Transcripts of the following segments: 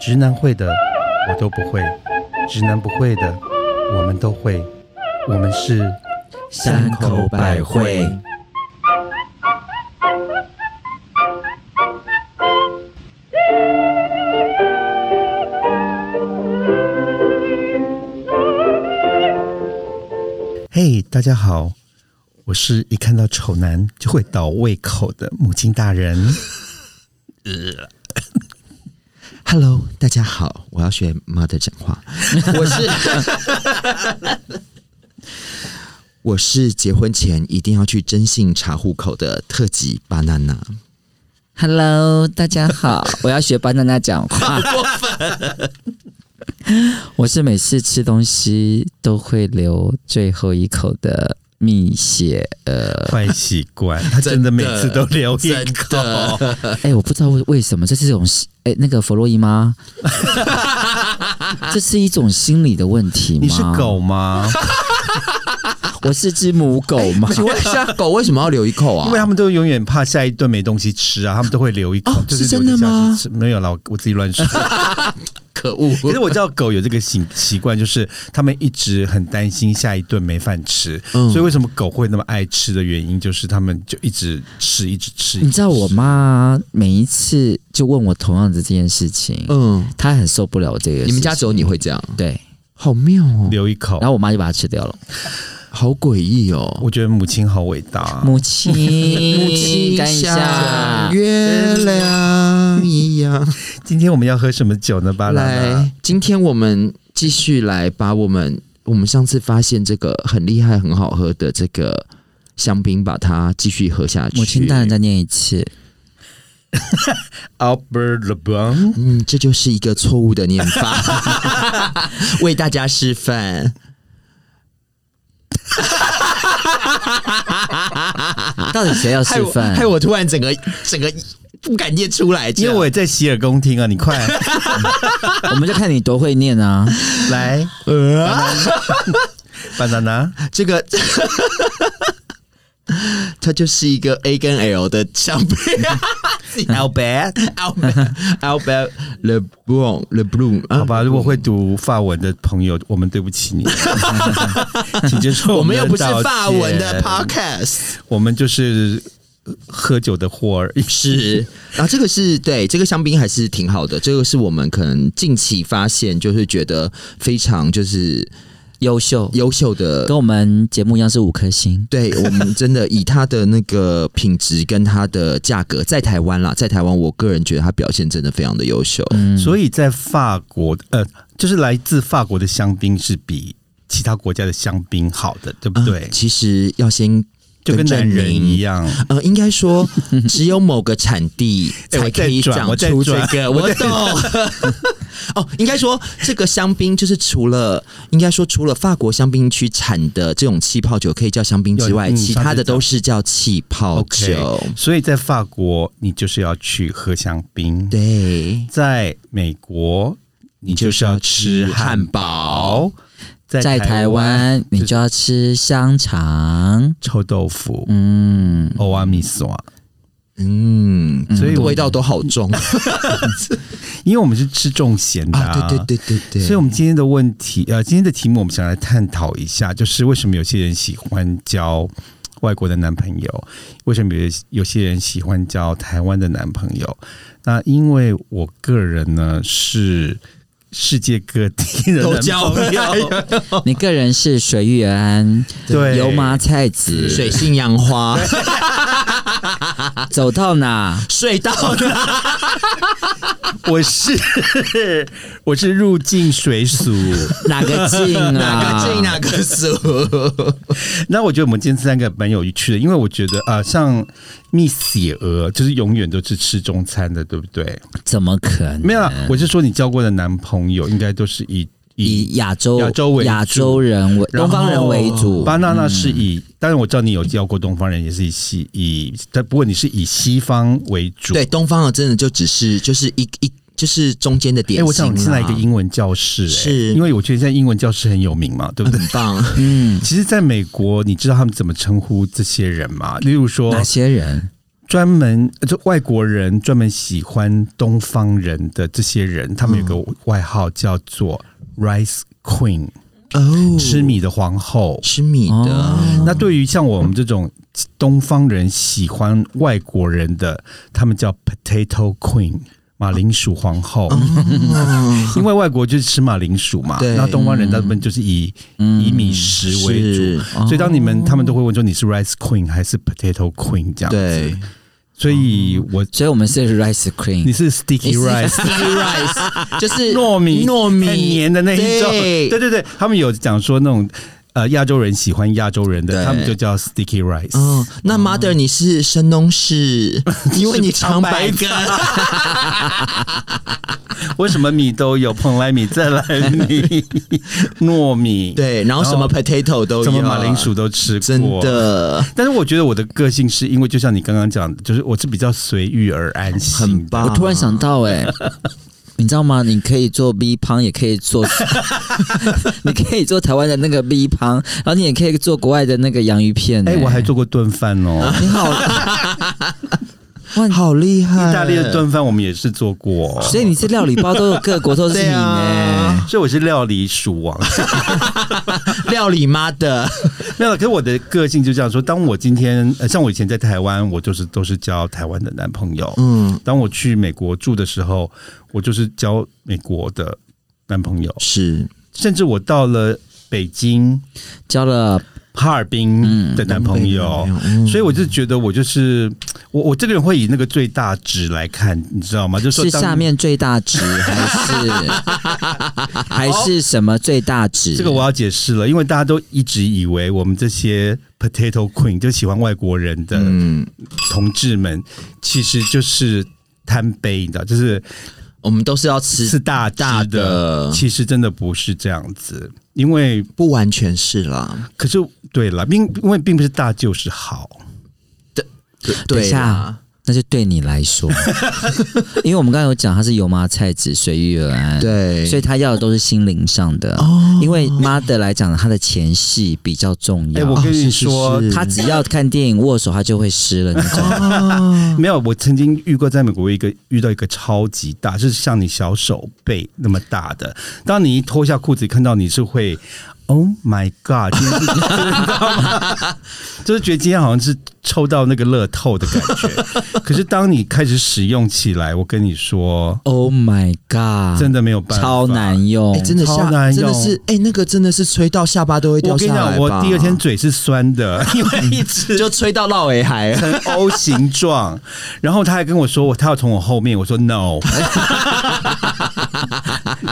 直男会的我都不会，直男不会的我们都会，我们是山口百惠。嘿大家好，我是一看到丑男就会倒胃口的母亲大人。 Hello，大家好，我要学 mother 讲话。我是 我是结婚前一定要去征信查户口的特级 banana。 Hello，大家好， 我要学巴娜娜讲 话。我是每次吃东西都会留最后一口的蜜雪儿。坏习惯，他 真的每次都留一真口。哎、我不知道为为什么，这是一种哎、那个弗洛 伊吗？这是一种心理的问题吗？你是？狗吗？我是只母狗吗？请问一下，狗为什么要留一口因为啊？他们都永远怕下一顿没东西吃啊，他们都会留一口，哦就是是真留着下的去吗吃没有啦，我我自己乱说。可恶！可是我知道狗有这个习 习惯，就是他们一直很担心下一顿没饭吃，嗯所以为什么狗会那么爱吃的原因，就是他们就一直吃，一直吃。你知道我妈每一次就问我同样的这件事情，嗯，她很受不了我这个事情。你们家只有你会这样，对，好妙哦，留一口然，后我妈就把它吃掉了。好诡异哦。我觉得母亲好伟大、啊。母亲，母干一下像。月亮一样。今天我们要喝什么酒呢？巴拉拉来，今天我们继续来把我们我们上次发现这个很厉害、很好喝的这个香槟，把它继续喝下去。母亲大人，再念一次， ，Albert Leblanc。嗯，这就是一个错误的念法， 为大家示范。啊到底谁要示害我范害？我突然整个整个不敢念出来，这因样为我也在洗耳恭听啊，你 快我们就看你多会念啊！来，呃，巴拿拿，这个。 它就是一个 A 跟 L 的香槟，Albert Albert Albert Lebron Lebron 啊好，吧？如果会读法文的朋友，我们对不起你， 请接受我们又的不是道法文的歉 podcast，我们就是呃喝酒的货而已。是。然啊后这个是对这个香槟还是挺好的，这个是我们可能近期发现，就是觉得非常就是优秀，优秀的跟。我们节目一样是五颗星。对我们真的以它的那个品质跟它的价格，在台湾啦，在台湾，我个人觉得它表现真的非常的优秀。嗯，所以在法国，呃，就是来自法国的香槟是比其他国家的香槟好的，对不对？啊其实要先就跟男人一样。样。呃，应 该说只有某个产地哎我才可以在转长我在出这转 个，我我在懂。哦，应该说这个香槟就是除了应该说除了法国香槟区产的这种气泡酒可以叫香槟之外，有嗯其他的都是叫气泡 OK，酒。所以在法国，你就是要去喝香槟；对，在美国，你就是要吃汉堡；在台湾你就要吃香肠。臭豆腐、嗯， 欧阿米索，嗯，所以我味道都好重啊因为我们是吃重咸的、啊！对对对对 对，所以，我们今天的问题，呃，今天的题目，我们想来探讨一下，就是为什么有些人喜欢交外国的男朋友，为什么有有些人喜欢交台湾的男朋友？那因为我个人呢是世界各地的 都男交朋友，友，你个人是水玉安，对油麻菜籽，水性杨 花，走到哪？睡到哪？ 我是我是入境水俗。哪个近啊？哪个进哪个俗？那我觉得我们今天三个蛮有趣的，因为我觉得啊、呃像蜜雪儿就是永远都是吃中餐的，对不对？怎么可能？没有啦，我是说你交过的男朋友应该都是以以以亚洲亚洲为主亚洲人为然东后方人为主，嗯巴娜娜是以，当然我知道你有交过东方人，也是以西以，但不过你是以西方为主。对，，东方的真的就只是就是一一就是中间的哎、点我心啊啦、想现在一个英文教室、哎是因为我觉得现在英文教室很有名嘛，对不对？很棒，嗯，其实，在美国，你知道他们怎么称呼这些人吗？例如说哪，些人？专门就外国人专门喜欢东方人的这些人，他们有个外号叫做 Rice Queen，、嗯哦，吃米的皇后。吃米的，哦那对于像我们这种东方人喜欢外国人的，他们叫 Potato Queen，马铃薯皇后。因为外国就是吃马铃薯嘛，嗯对嗯那东方人他们就是以、以米食为主。是，哦所以当你们、他们都会问说你是 rice queen 还是 potato queen 这样子。对，哦所以我所以我们是 rice 你 cream，是你 sticky 是 rice sticky rice 就是糯米糯很米黏的那一种，对对对对，他们有讲说那种呃亚洲人喜欢亚洲人的，对他们就叫 sticky rice。哦，那 mother 你是山 东市，因为你长白根，为什么米都有，蓬莱米、再来 米、糯米，， 对，然后什么 potato 都有，啊什么马铃薯都吃过，真。的但是我觉得我的个性是因为，就像你刚刚讲的，就是我是比较随遇而安型的，很棒。我突然想到哎、 你知道吗？你可以做 B 胖，也可 以做，你可以做台湾的那个 B 胖，然后你也可以做国外的那个洋芋片、哎、哎、欸我还做过炖饭哦，啊你 好，哇，好厉害，意大利的炖饭我们也是做过，所以你这料理包都有各国都是对你哎、啊，所以我是料理鼠王。 料理 mother 没有，可是我的个性就这样说。当我今天，呃，像我以前在台湾，我就是都是交台湾的男朋友。嗯，当我去美国住的时候，我就是交美国的男朋友。是甚至我到了北京、交了哈尔滨的男朋友，所以我就觉得我就是我，我这个人会以那个最大值来看，你知道吗？就是说当下面最大 值还是还是什么最大值？这个我要解释了，因为大家都一直以为我们这些 potato queen 就喜欢外国人的嗯，同志们，其实就是贪杯，你知道，就是我们都是要吃是大只大的。的，其实真的不是这样子，因为不完全是啦，可是对了，并因为并不是大就是好，等一对啦下，那就对你来 说，因为我们刚才有讲他是油麻菜籽随遇而安，，对，所以他要的都是心灵上的。哦，因为妈的来讲，他的前戏比较重哎、要。我跟你是是说，是他只要看电影握手，他就会湿了，你知哦道吗？没有，我曾经遇过在美国一个遇到一个超级大，是像你小手背那么大的。当你一脱下裤子，看到你是会，Oh my God，今天是 你知道吗？就是觉得今天好像是抽到那个乐透的感觉。可是当你开始使用起来，我跟你说， Oh my god！真的没有办法，超。难用，哎，真的超下难真的用是哎、那个真的是吹到下巴都会掉我跟你下讲，来我吧第二天嘴是酸的，因为一直就吹到落尾海，啊成 O 型状，然后他还跟我说，我他要从我后面，我说 no，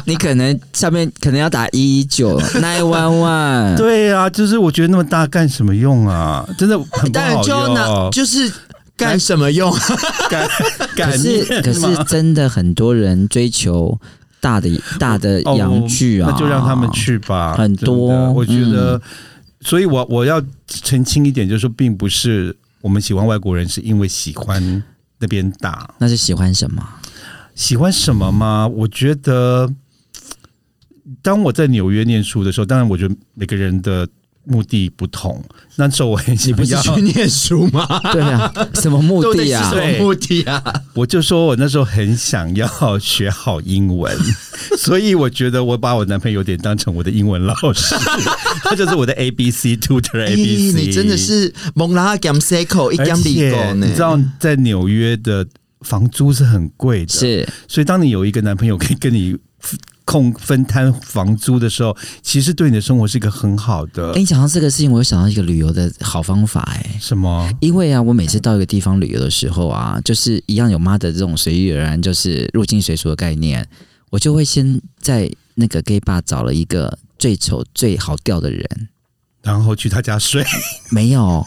你可能下面可能要打一一九 nine 嗯 one one，对啊，就是我觉得那么大干什么用 啊？真的很不当然好就要用。拿 就是干什么用？啊感可感是念可是嘛真的很多人追求大的大的哦洋剧啊，那就让他们。去吧。很多嗯真的我觉得，所以我我要澄清一点，就是说，并不是我们喜欢外国人是因为喜欢那边大，那是喜欢什么？喜欢什么吗？我觉得，当我在纽约念书的时候，当然我觉得每个人的目的不同。那时候我很想不是要，去念书吗？对啊，什么目的都啊 对？得是什么目的啊？我就说我那时候很想要学好英文， 所以我觉得我把我男朋友有点当成我的英文老师，他就是我的 A B C tutor A 哎 B C。你真的，是蒙拉 gam s e c o 一而 gam 里且狗呢？你知道在纽约的房租是很贵的，是所以当你有一个男朋友可以跟你控分摊房租的时候，其实对你的生活是一个很好的、哎，你讲到这个事情，我又想到一个旅游的好方法哎、什么。因为啊，我每次到一个地方旅游的时候啊，就是一样有妈的这种随遇而安，就是入境随俗的概念，我就会先在那个 gay bar 找了一个最丑最好钓的人，然后去他家睡，没有，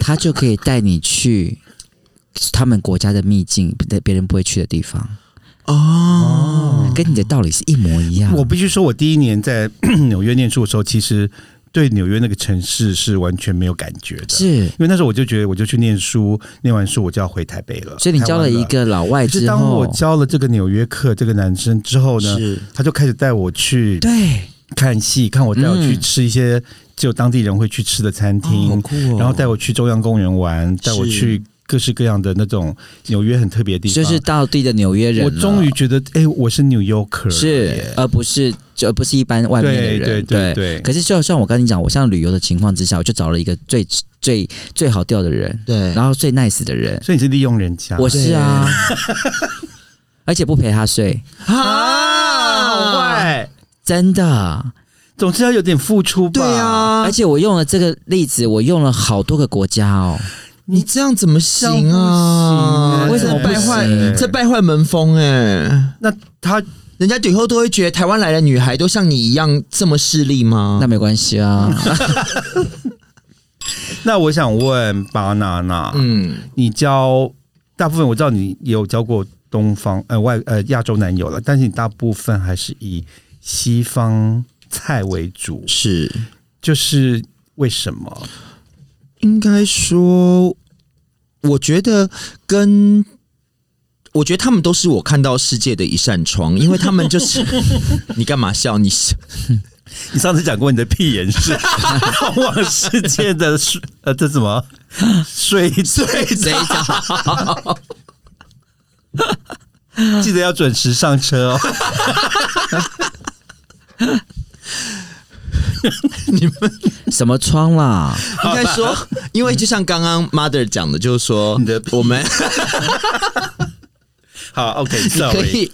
他就可以带你去他们国家的秘境，别别人不会去的地方，哦，跟你的道理是一模一样。我必须说，我第一年在 纽约念书的时候，其实对纽约那个城市是完全没有感觉的。是，因为那时候我就觉得，我就去念书，念完书我就要回台北了。所以你台交湾了一，个老外可是之当我后，交了这个纽约客这个男生之后呢，是他就开始带我去对，看戏，看我带我去嗯吃一些只有当地人会去吃的餐厅，哦好酷哦然后带我去中央公园玩，带我去各式各样的那种纽约很特别的地就方，是到地的纽约人我了，终于觉得，哎、我是 New Yorker，是耶，而不是就而不是一般外面的对人，对对对，可是就像我跟你讲，我像旅游的情况之下，我就找了一个最最最好钓的人，对，然后最 nice 的人，所以你是利用人家，我是啊， 而且不陪他睡，啊，好坏，真啊的。总是要有点付出吧，对啊而，且我用了这个例子，我用了好多个国家哦。你这样怎么行啊？这样不行欸为什么败为坏什么不行？这败坏门风哎、那他人家以后都会觉得台湾来的女孩都像你一样这么势利吗那？没关系啊， 那我想问巴娜娜，嗯，你交大部分我知道你有交过东方呃外呃亚洲男友了，但是你大部分还是以西方菜为主，是就是为什么？应该说，我觉得跟。我觉得他们都是我看到世界的一扇窗，因为他们就是 你干嘛笑？你笑你上次讲过你的屁眼是通 往世界的水呃这什么水水谁讲？记得要准时上车哦。什么窗啦？哎应该说，因为就像刚刚 mother 讲的，就是说你的屁我们好可，OK，sorry，、以，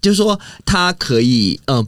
就是说他可以，嗯、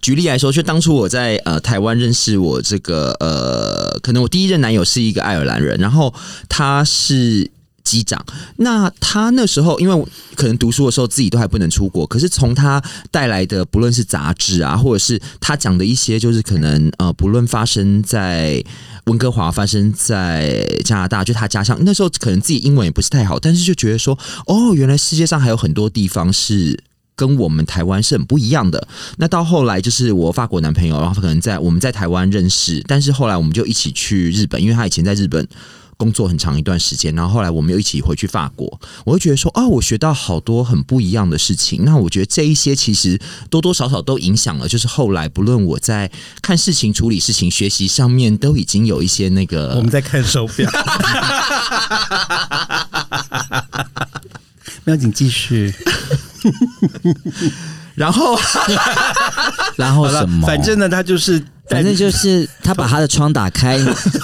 举例来说，就当初我在呃台湾认识我这个呃，可能我第一任男友是一个爱尔兰人，然后他是。机长，那他那时候因为我可能读书的时候自己都还不能出国，可是从他带来的不论是杂志啊，或者是他讲的一些，就是可能呃，不论发生在温哥华，发生在加拿大，就他家乡，那时候可能自己英文也不是太好，但是就觉得说，哦，原来世界上还有很多地方是跟我们台湾是很不一样的。那到后来就是我法国男朋友，然后可能在我们在台湾认识，但是后来我们就一起去日本，因为他以前在日本。工作很长一段时间，然后后来我们又一起回去法国，我就觉得说，哦，我学到好多很不一样的事情。那我觉得这一些其实多多少少都影响了，就是后来不论我在看事情、处理事情、学习上面，都已经有一些那个我们在看手表。 喵警继续，然 后 然后好了什，么？反正呢，他就是反正就是他把他的窗打 开，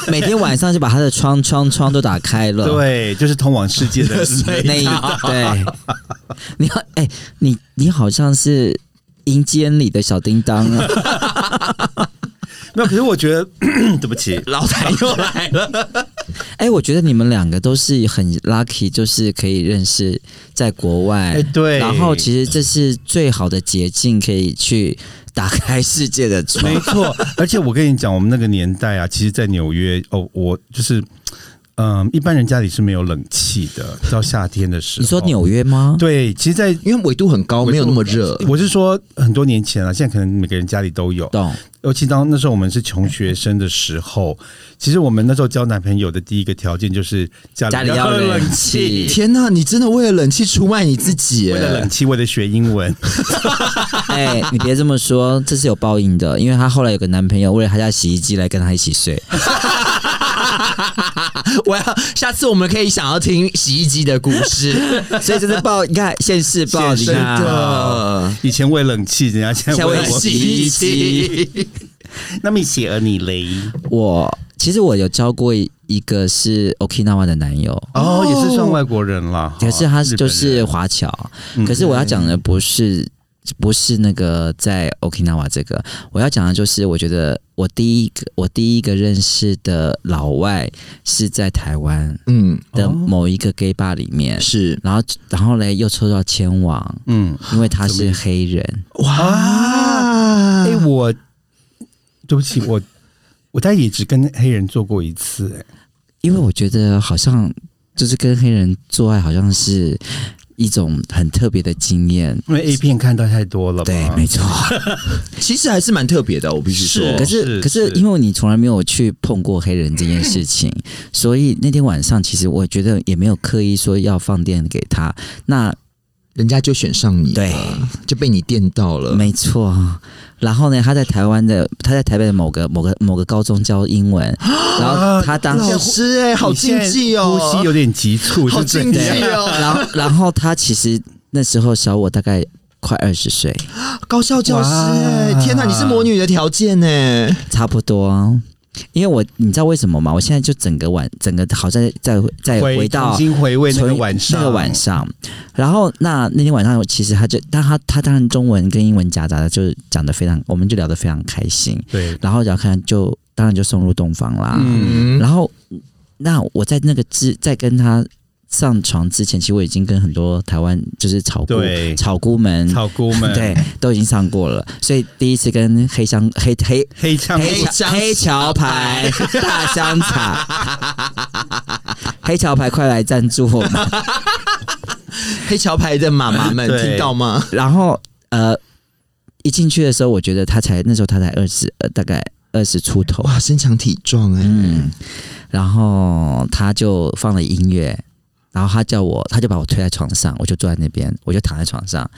每天晚上就把他的窗窗窗都打开了。对，就是通往世 界的那一对， 你好，哎、你你好像是阴间里的小叮 当啊！没有，可是我觉得， 对不起，老台又来了，哎、我觉得你们两个都是很 lucky，就是可以认识在国外，哎对然后其实这是最好的捷径，可以去打开世界的窗没。错。而且我跟你讲，我们那个年代啊，其实，在纽约，哦，我就是，嗯，一般人家里是没有冷气的，到夏天的时候。你说纽约吗？对，其实在，因为纬度很高，没有那么热。我是说很多年前了、啊现在可能每个人家里都有。懂尤其当那时候我们是穷学生的时候，其实我们那时候交男朋友的第一个条件就是家家里里要有冷冷气天呐，你真的为了冷气出卖你自己耶为了冷气，为了学英 文， 哎、你别这么说，这是有报应的，因为她后来有个男朋友，为了她家洗衣机来跟她一 起睡。我要下次我们可以想要听洗衣机的故 事，所以这是报，你看现世报，你现世看报。以前为冷气，人家 现在现在为为我洗衣机。那么写而你雷我其实我有交过一个是 Okinawa 的男友，哦，也是算外国人啦。可是他哈就，日是华侨嗯。可是我要讲的不是不是那个在 Okinawa 这个，我要讲的就是我觉得我第一个我第一个认识的老外是在台湾嗯，的哦某一个 gay bar 里面。是然后，然后嘞，又抽到千王，本人嗯，因为他是黑人。哇嗯哎、我对不起，我我大概也只跟黑人做过一次、哎因为我觉得好像就是跟黑人做爱，好像是一种很特别的经验。因为 A 片看到太多了嘛。对，哦没错。其实还是蛮特别的，我必须说是。可是是可是是因为你从来没有去碰过黑人这件事 情，所以那天晚上其实我觉得也没有刻意说要放电给他。那人家就选上你了，对，就被你电到了。呃没错。然后呢，他在台湾的，他在台北的某个某个某个高中教英 文，然后他当老师哎、好禁忌哦，你现在呼吸有点急促，好是禁不忌是哦。然后然后他其实那时候小我大概快二十岁，高校教师哎、哇天哪，你是魔女的条件哎、差不多。因为我你知道为什么吗？我现在就整个晚整个好像再再回哎回到重新回味那个晚上，那个晚上，然后那那天晚上，其实他就，但他他当然中文跟英文夹杂的，就是讲的非常，我们就聊得非常开心。对，然后聊看就当然就送入洞房啦。嗯，然后那我在那个之在跟他上床之前，其实我已经跟很多台湾就是草姑对草姑们草菇们， 对都已经上过了，所以第一次跟黑香黑黑黑枪黑桥黑桥牌 大香茶，黑桥牌快来赞助我们！黑桥牌的妈妈们对听到吗？然后呃，一进去的时候，我觉得他才那时候他才二十、呃，大概二十出头，哇，身强体壮哎、嗯，然后他就放了音乐，然后他叫我，他就把我推在床上，我就坐在那边，我就躺在床上，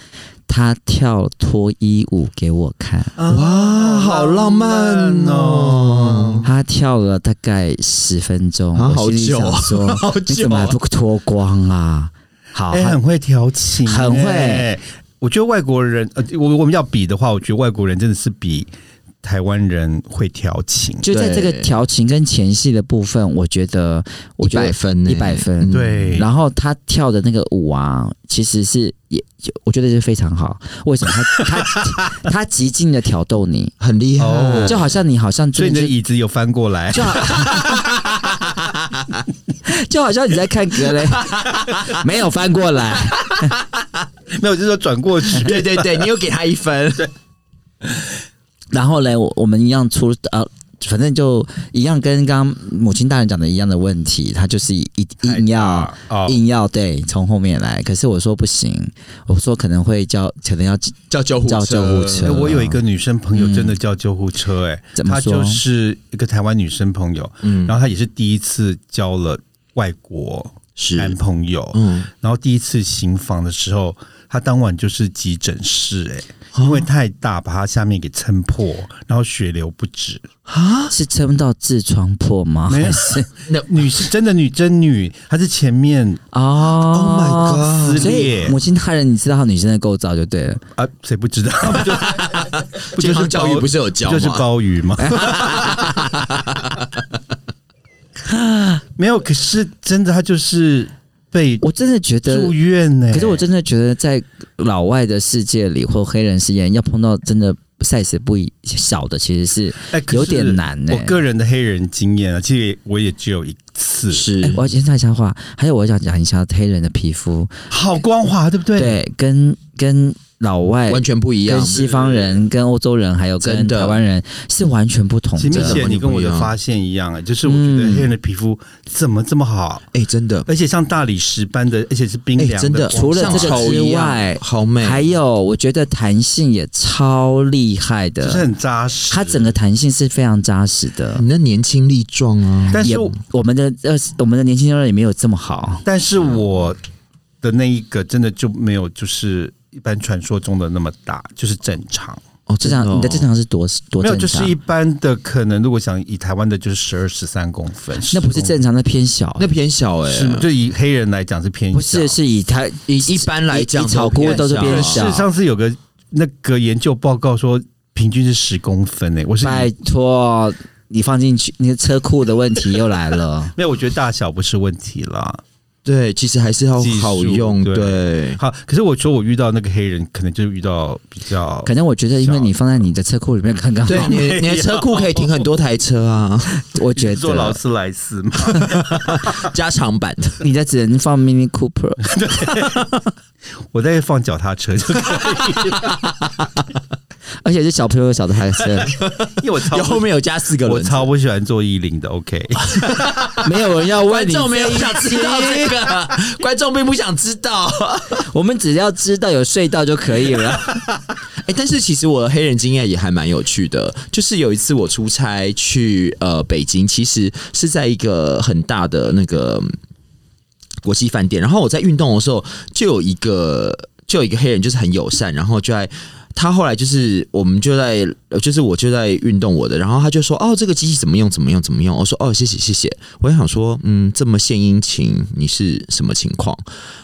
他跳脱衣舞给我看，哇，好浪漫哦！他跳了大概十分钟，啊好我心里久啊想说， 好久啊你怎么还不脱光啊？好，哎、他很会调情、很会哎我觉得外国人，呃，我我们要比的话，我觉得外国人真的是比台湾人会调情。就在这个对调情跟前戏的部分，我觉得，我一觉百得分、欸，一百分，对，嗯然后他跳的那个舞啊，其实是也，就我觉得是非常好。为什么他他 他极尽的挑逗你，很厉害。哦就好像你好像所以真你的的是椅子有翻过来，就好， 就好像你在看格雷， 没有翻过来。 没有，就是说转过 去。对对对，你又给他一分，然后嘞，我我们一样出呃。反正就一样，跟刚刚母亲大人讲的一样的问题，他就是一一硬要哦，硬要对从后面来，可是我说不行，我说可能会叫，可能要叫救护叫救护哎车我有一个女生朋友真的叫救护车、哎、嗯怎么她说？就是一个台湾女生朋友，嗯然后她也是第一次交了外国男是，朋友，嗯，然后第一次行房的时候，她当晚就是急诊室、哦哎，因为太大，把她下面给撑破，然后血流不止。是撑到痔疮破吗？没有还是 女是真的女真女，她是前面哦 Oh my 撕所以裂母亲大人，你知道女生的构造就对了。啊，谁不知道？不 就健是康教育不是有不教就是吗？鲍鱼 吗？ 没有，可是真的，她就是被我真的觉得住，院欸呢、可是我真的觉得，在老外的世界里或黑人世界，要碰到真的 size 不一小的，其实是哎可是有点难欸欸呢、我个人的黑人经验啊，其实我也只有一次，是哎我要先插一下话，还有我想讲一下黑人的皮肤，好光滑，对不对？对，跟跟老外、完全不一样跟。西方人、跟欧洲人，还有跟真的台湾人是完全不同其实明的。显你跟我的发现一样、哎，就是我觉得嗯黑人的皮肤怎么这么好，哎、真的，而且像大理石般的，而且是冰哎、凉真的，光除了这个像丑一之样外好美，还有，我觉得弹性也超厉害的，就是很扎实。嗯它整个弹性是非常扎实的你。那年轻力壮啊！但是也我我们的呃，我们的年轻人也没有这么好。但是我的那一个真的就没有，就是一般传说中的那么大，就是正常。哦，正真的常，哦你的正常是多多没有，正就是常一？般的，可能如果想以台湾的，就是十二十三公分，那不是10正常，那偏小。那偏小公哎、分，是吗？就以黑人来讲是偏不小是，是以它以一般来讲以以草都偏菇都是小变是小。上次有个那个研究报告说，平均是十公分欸诶、我是。拜托，你放进去，你的车库的问题又来了没有，我觉得大小不是问题啦。对，其实还是要技术好用，对对，好，可是我说我遇到那个黑人，可能就遇到比较可能我觉得，因为你放在你的车库里面刚刚好对，，你的你的车库可以停很多台车啊， 我觉做劳得斯莱斯嘛， 加长版的。你的只能放 Mini Cooper。我在放脚踏车就可以了，而且是小朋友小的孩 子，因为我超有后面有加四个我轮子，超不喜欢做衣领的。OK，没有人要问观你众没有这一想知道这个，啊观众并不想知道。我们只要知道有隧道就可以 了。哎、但是其实我的黑人经验也还蛮有趣的，就是有一次我出差去呃北京，其实是在一个很大的那个嗯国际饭店，然后我在运动的时候就有一个。就有一个黑人就是很友善，然后就在。他后来就是，我们就在，呃就是我就在运动我的，然后他就说，哦，这个机器怎么用，怎么用，怎么用。我说，哦，谢谢，谢谢。我也想说，嗯，这么献殷勤，你是什么情况？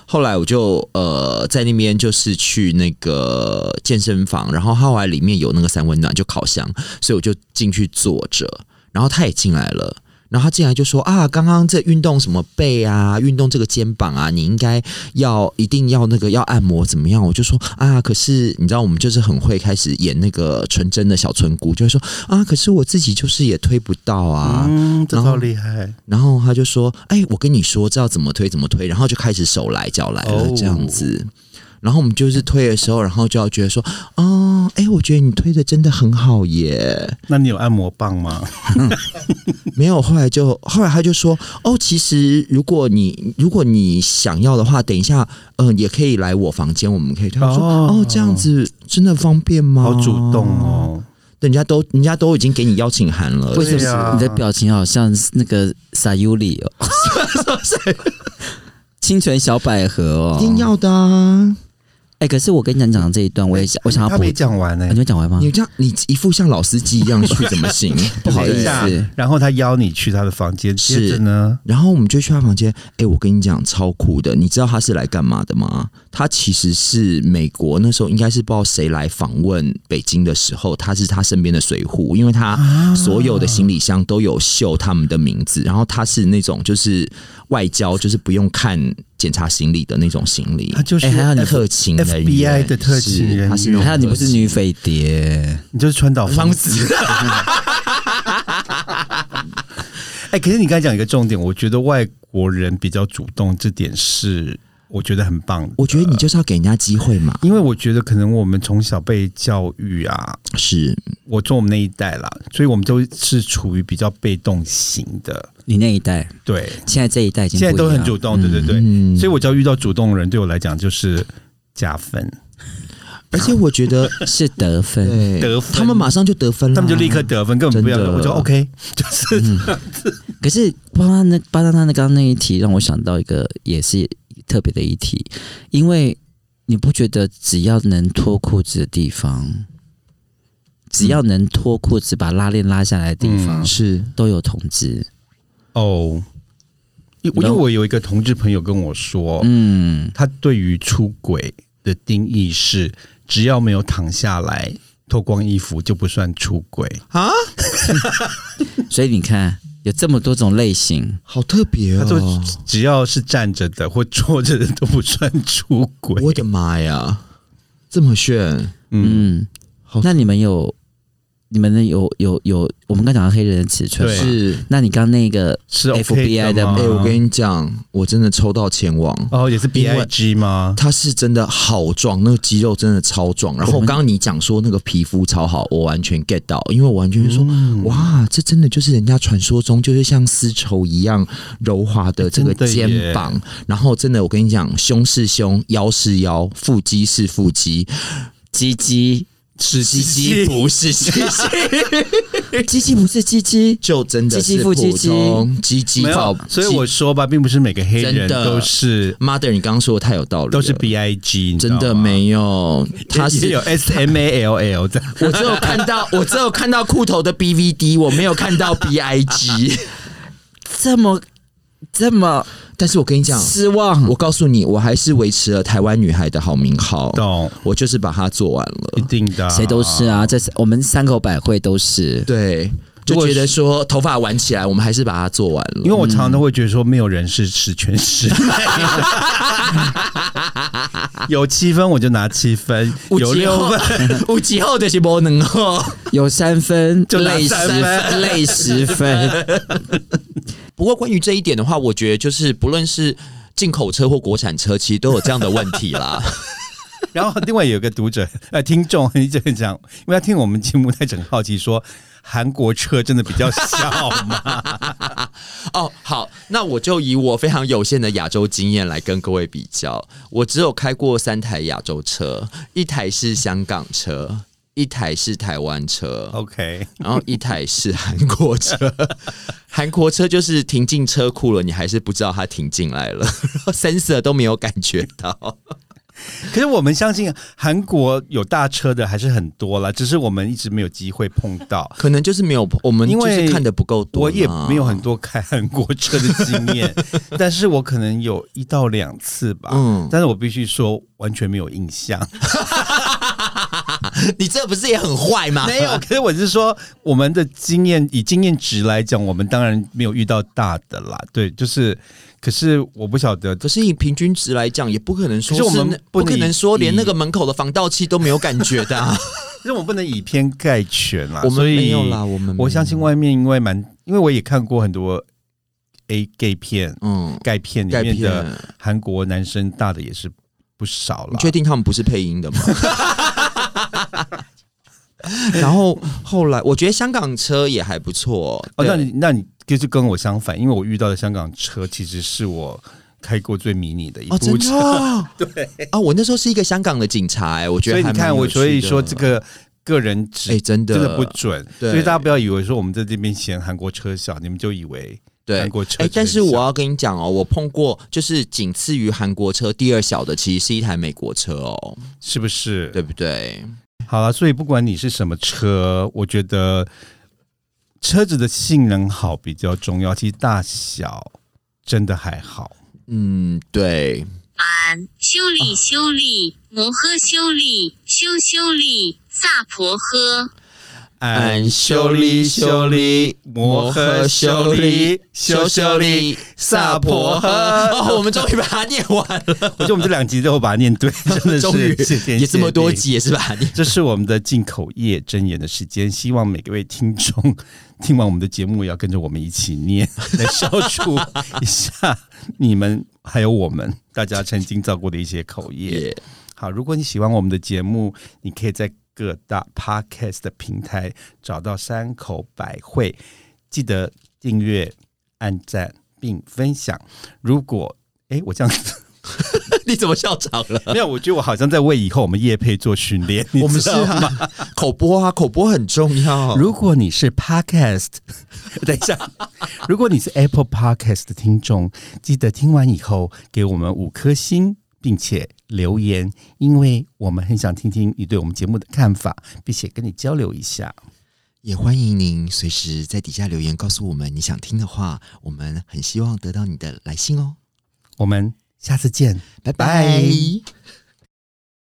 后来我就呃在那边就是去那个健身房，然后它后来里面有那个三温暖，就烤箱，所以我就进去坐着，然后他也进来了。然后他进来就说啊，刚刚这运动什么背啊，运动这个肩膀啊，你应该要一定要那个要按摩怎么样？我就说啊，可是你知道我们就是很会开始演那个纯真的小村姑，就会说啊，可是我自己就是也推不到啊，嗯，这然后超厉害，然后他就说：“哎、我跟你说，这要怎么推怎么推。”然后就开始手来脚来了哦这样子。然后我们就是推的时候，然后就要觉得说：“哦，哎、我觉得你推的真的很 好耶。那你有按摩棒吗？”没有，后来就后来他就说：“哦，其实如果你如果你想要的话，等一下，嗯、也可以来我房间，我们可以推。”他说：“哦哦，这样子真的方便吗？”好主动，哦，人家都人家都已经给你邀请函了，为什对么呀你的表情好像是那个撒尤里 哦，清纯小百合哦，一定要的啊！哎、可是我跟你讲讲这一段，我也想，我想要他补，没讲完欸呢啊你。们讲完吗？你这样，你一副像老司机一样去怎么行？ 不好意等一思。下然后他邀你去他的房间，是接着呢，然后我们就去他房间，哎、我跟你讲超酷的，你知道他是来干嘛的吗？他其实是美国那时候应该是不知道谁来访问北京的时候，他是他身边的随扈，因为他啊所有的行李箱都有绣他们的名字，然后他是那种就是外交，就是不用看检查行李的那种行李他，就是哎还好你 F- 特勤人员 FBI 的特勤人员是他是那种还有你不是 特勤女匪谍，你就是川岛芳方子。子。 哎，可是你刚才讲一个重点，我觉得外国人比较主动，这点是我觉得很棒的。我觉得你就是要给人家机会嘛，因为我觉得可能我们从小被教育啊，是我做我们那一代啦，所以我们都是处于比较被动型的，你那一代，对，现在这一代已经现在不一都样很主动，对对对，嗯所以我只要遇到主动的人，对我来讲就是加分，而且我觉得，是得分。对，得分他们马上就得嗯分了，他们就立刻得分，根本不要真的我就 OK，就是、可是巴拉那巴拉那刚刚那一题让我想到一个也是特别的一题，因为你不觉得只要能脱裤子的地方，只要能脱裤子把拉链拉下来的地方，嗯是都有同志。哦。因因为我有一个同志朋友跟我说，嗯，他对于出轨的定义是，只要没有躺下来脱光衣服就不算出轨。啊，所以你看有这么多种类型，好特别他说哦！只要是站着的或坐着的都不算出轨。我的妈呀，这么炫，嗯，嗯好，那你们有你们的有有有，我们刚讲到黑人的尺寸对啊嘛，是那你刚那个是 OK FBI 的吗吗哎、我跟你讲，我真的抽到前往。哦，也是因为 BIG 吗？他是真的好壮，那个肌肉真的超壮。然后刚刚你讲说那个皮肤超好，我完全 get 到，因为我完全就说、嗯哇，这真的就是人家传说中就是像丝绸一样柔滑的这个哎真的耶肩膀。然后真的，我跟你讲，胸是胸，腰是腰，腹肌是腹肌，鸡鸡，是鸡鸡 不是鸡鸡，鸡鸡不是鸡鸡，就真的鸡鸡是普腹肌肌通鸡鸡没照有，所以我说吧，并不是每个黑人真的都是 mother，你刚刚说的太有道理了，都是 BIG，你知道真吗的。没有，他他是是 有 S M A L L 的，我只有看 到，我只有看到裤头的 BVD，我没有看 到 BIG。这么这么但是我跟你讲，失望我，告诉你，我还是维持了台湾女孩的好名号，懂？我就是把它做完一了。定的啊，谁都是啊，这是我们三口百惠都是。对，就觉得说头发挽起来，我们还是把它做完了。因为我常嗯常都会觉得说，没有人是十全十 美的。有七分我就拿七分，有有六分，有几后的是不能 哦。有三分就拿累十三分分，累十分。不过关于这一点的话，我觉得就是不论是进口车或国产车，其实都有这样的问题 啦。然后另外有个读者呃听众一直很讲，因为他听我们节目，他整好奇说韩国车真的比较小吗？哦，好，那我就以我非常有限的亚洲经验来跟各位比较。我只有开过三台亚洲车，一台是香港车，一台是台湾车， OK，然后一台是韩国 车。韩国车就是停 进车库了，你还是不知道它停进来了，然后 sensor 都没有感觉到。可是我们相信韩国有大车的还是很多啦，只是我们一直没有机会碰到。可能就是没有我们因就为是看的不够多，啊我也没有很。多开韩国车的经验，但是我可能有一到两次吧。嗯，但是我必须说，完全没有印象。你这不是也很坏吗？没有，可是我是说，我们的经验以经验值来讲，我们当然没有遇到大的啦。对，就是，可是我不晓得，可是以平均值来讲，也不可能说可是我们那不不能可能说以连那个门口的防盗器都没有感觉 的啊、可是我们不能以偏概全啦。我们所以没有啦，我们没有我相信，外面因为蛮，因为我也看过很多 A gay 片、嗯，钙片里钙面的片，韩国男生大的也是不少你了。确定他们不是配音的吗？ 然后后来，我觉得香港车也还不错哦，对那你那你就是跟我相反，因为我遇到的香港车其实是我开过最迷你的一哦，真部的车。哦、 对啊，我那时候是一个香港的警察、哎我觉所得以你还蛮看，有我趣所以的说这个个人只哎、真的真的不准，对所以大家不要以为说我们在这边嫌韩国车小，你们就以为对韩国车。哎、但是我要跟你讲哦，我碰过就是仅次于韩国车第二小的，其实是一台美国车哦，是不是？对不对？好了，所以不管你是什么车，我觉得车子的性能好比较重要，其实大小真的还好。嗯，对，俺修理修理摩诃修理修修理萨婆诃。哎俺哎修理修理摩诃修理修修理萨婆诃 哦，我们终于把它念完了，我觉得我们这两集都把它念对，真的是 终于谢天也这么多谢地集，也是把它念。这是我们的进口业真言的时间，希望每位听众听完我们的节目，也要跟着我们一起念，来消除一下你们还有我们大家曾经造过的一些口业。 也好，如果你喜欢我们的节目，你可以在各大 podcast 的平台找到山口百惠，记得订阅、按赞并分享。如果哎，我这样子 你怎么笑场了？没有，我觉得我好像在为以后我们业配做训练，你我们知是道吗啊，口播啊，口播很重要。如果你是 Podcast，等一 下，如果你是 Apple Podcast 的听众，记得听完以后给我们五颗星，并且留言，因为我们很想听听你对我们节目的看法，并且跟你交流一下。也欢迎您随时在底下留言告诉我们你想听的话，我们很希望得到你的来信哦。我们下次见，拜拜。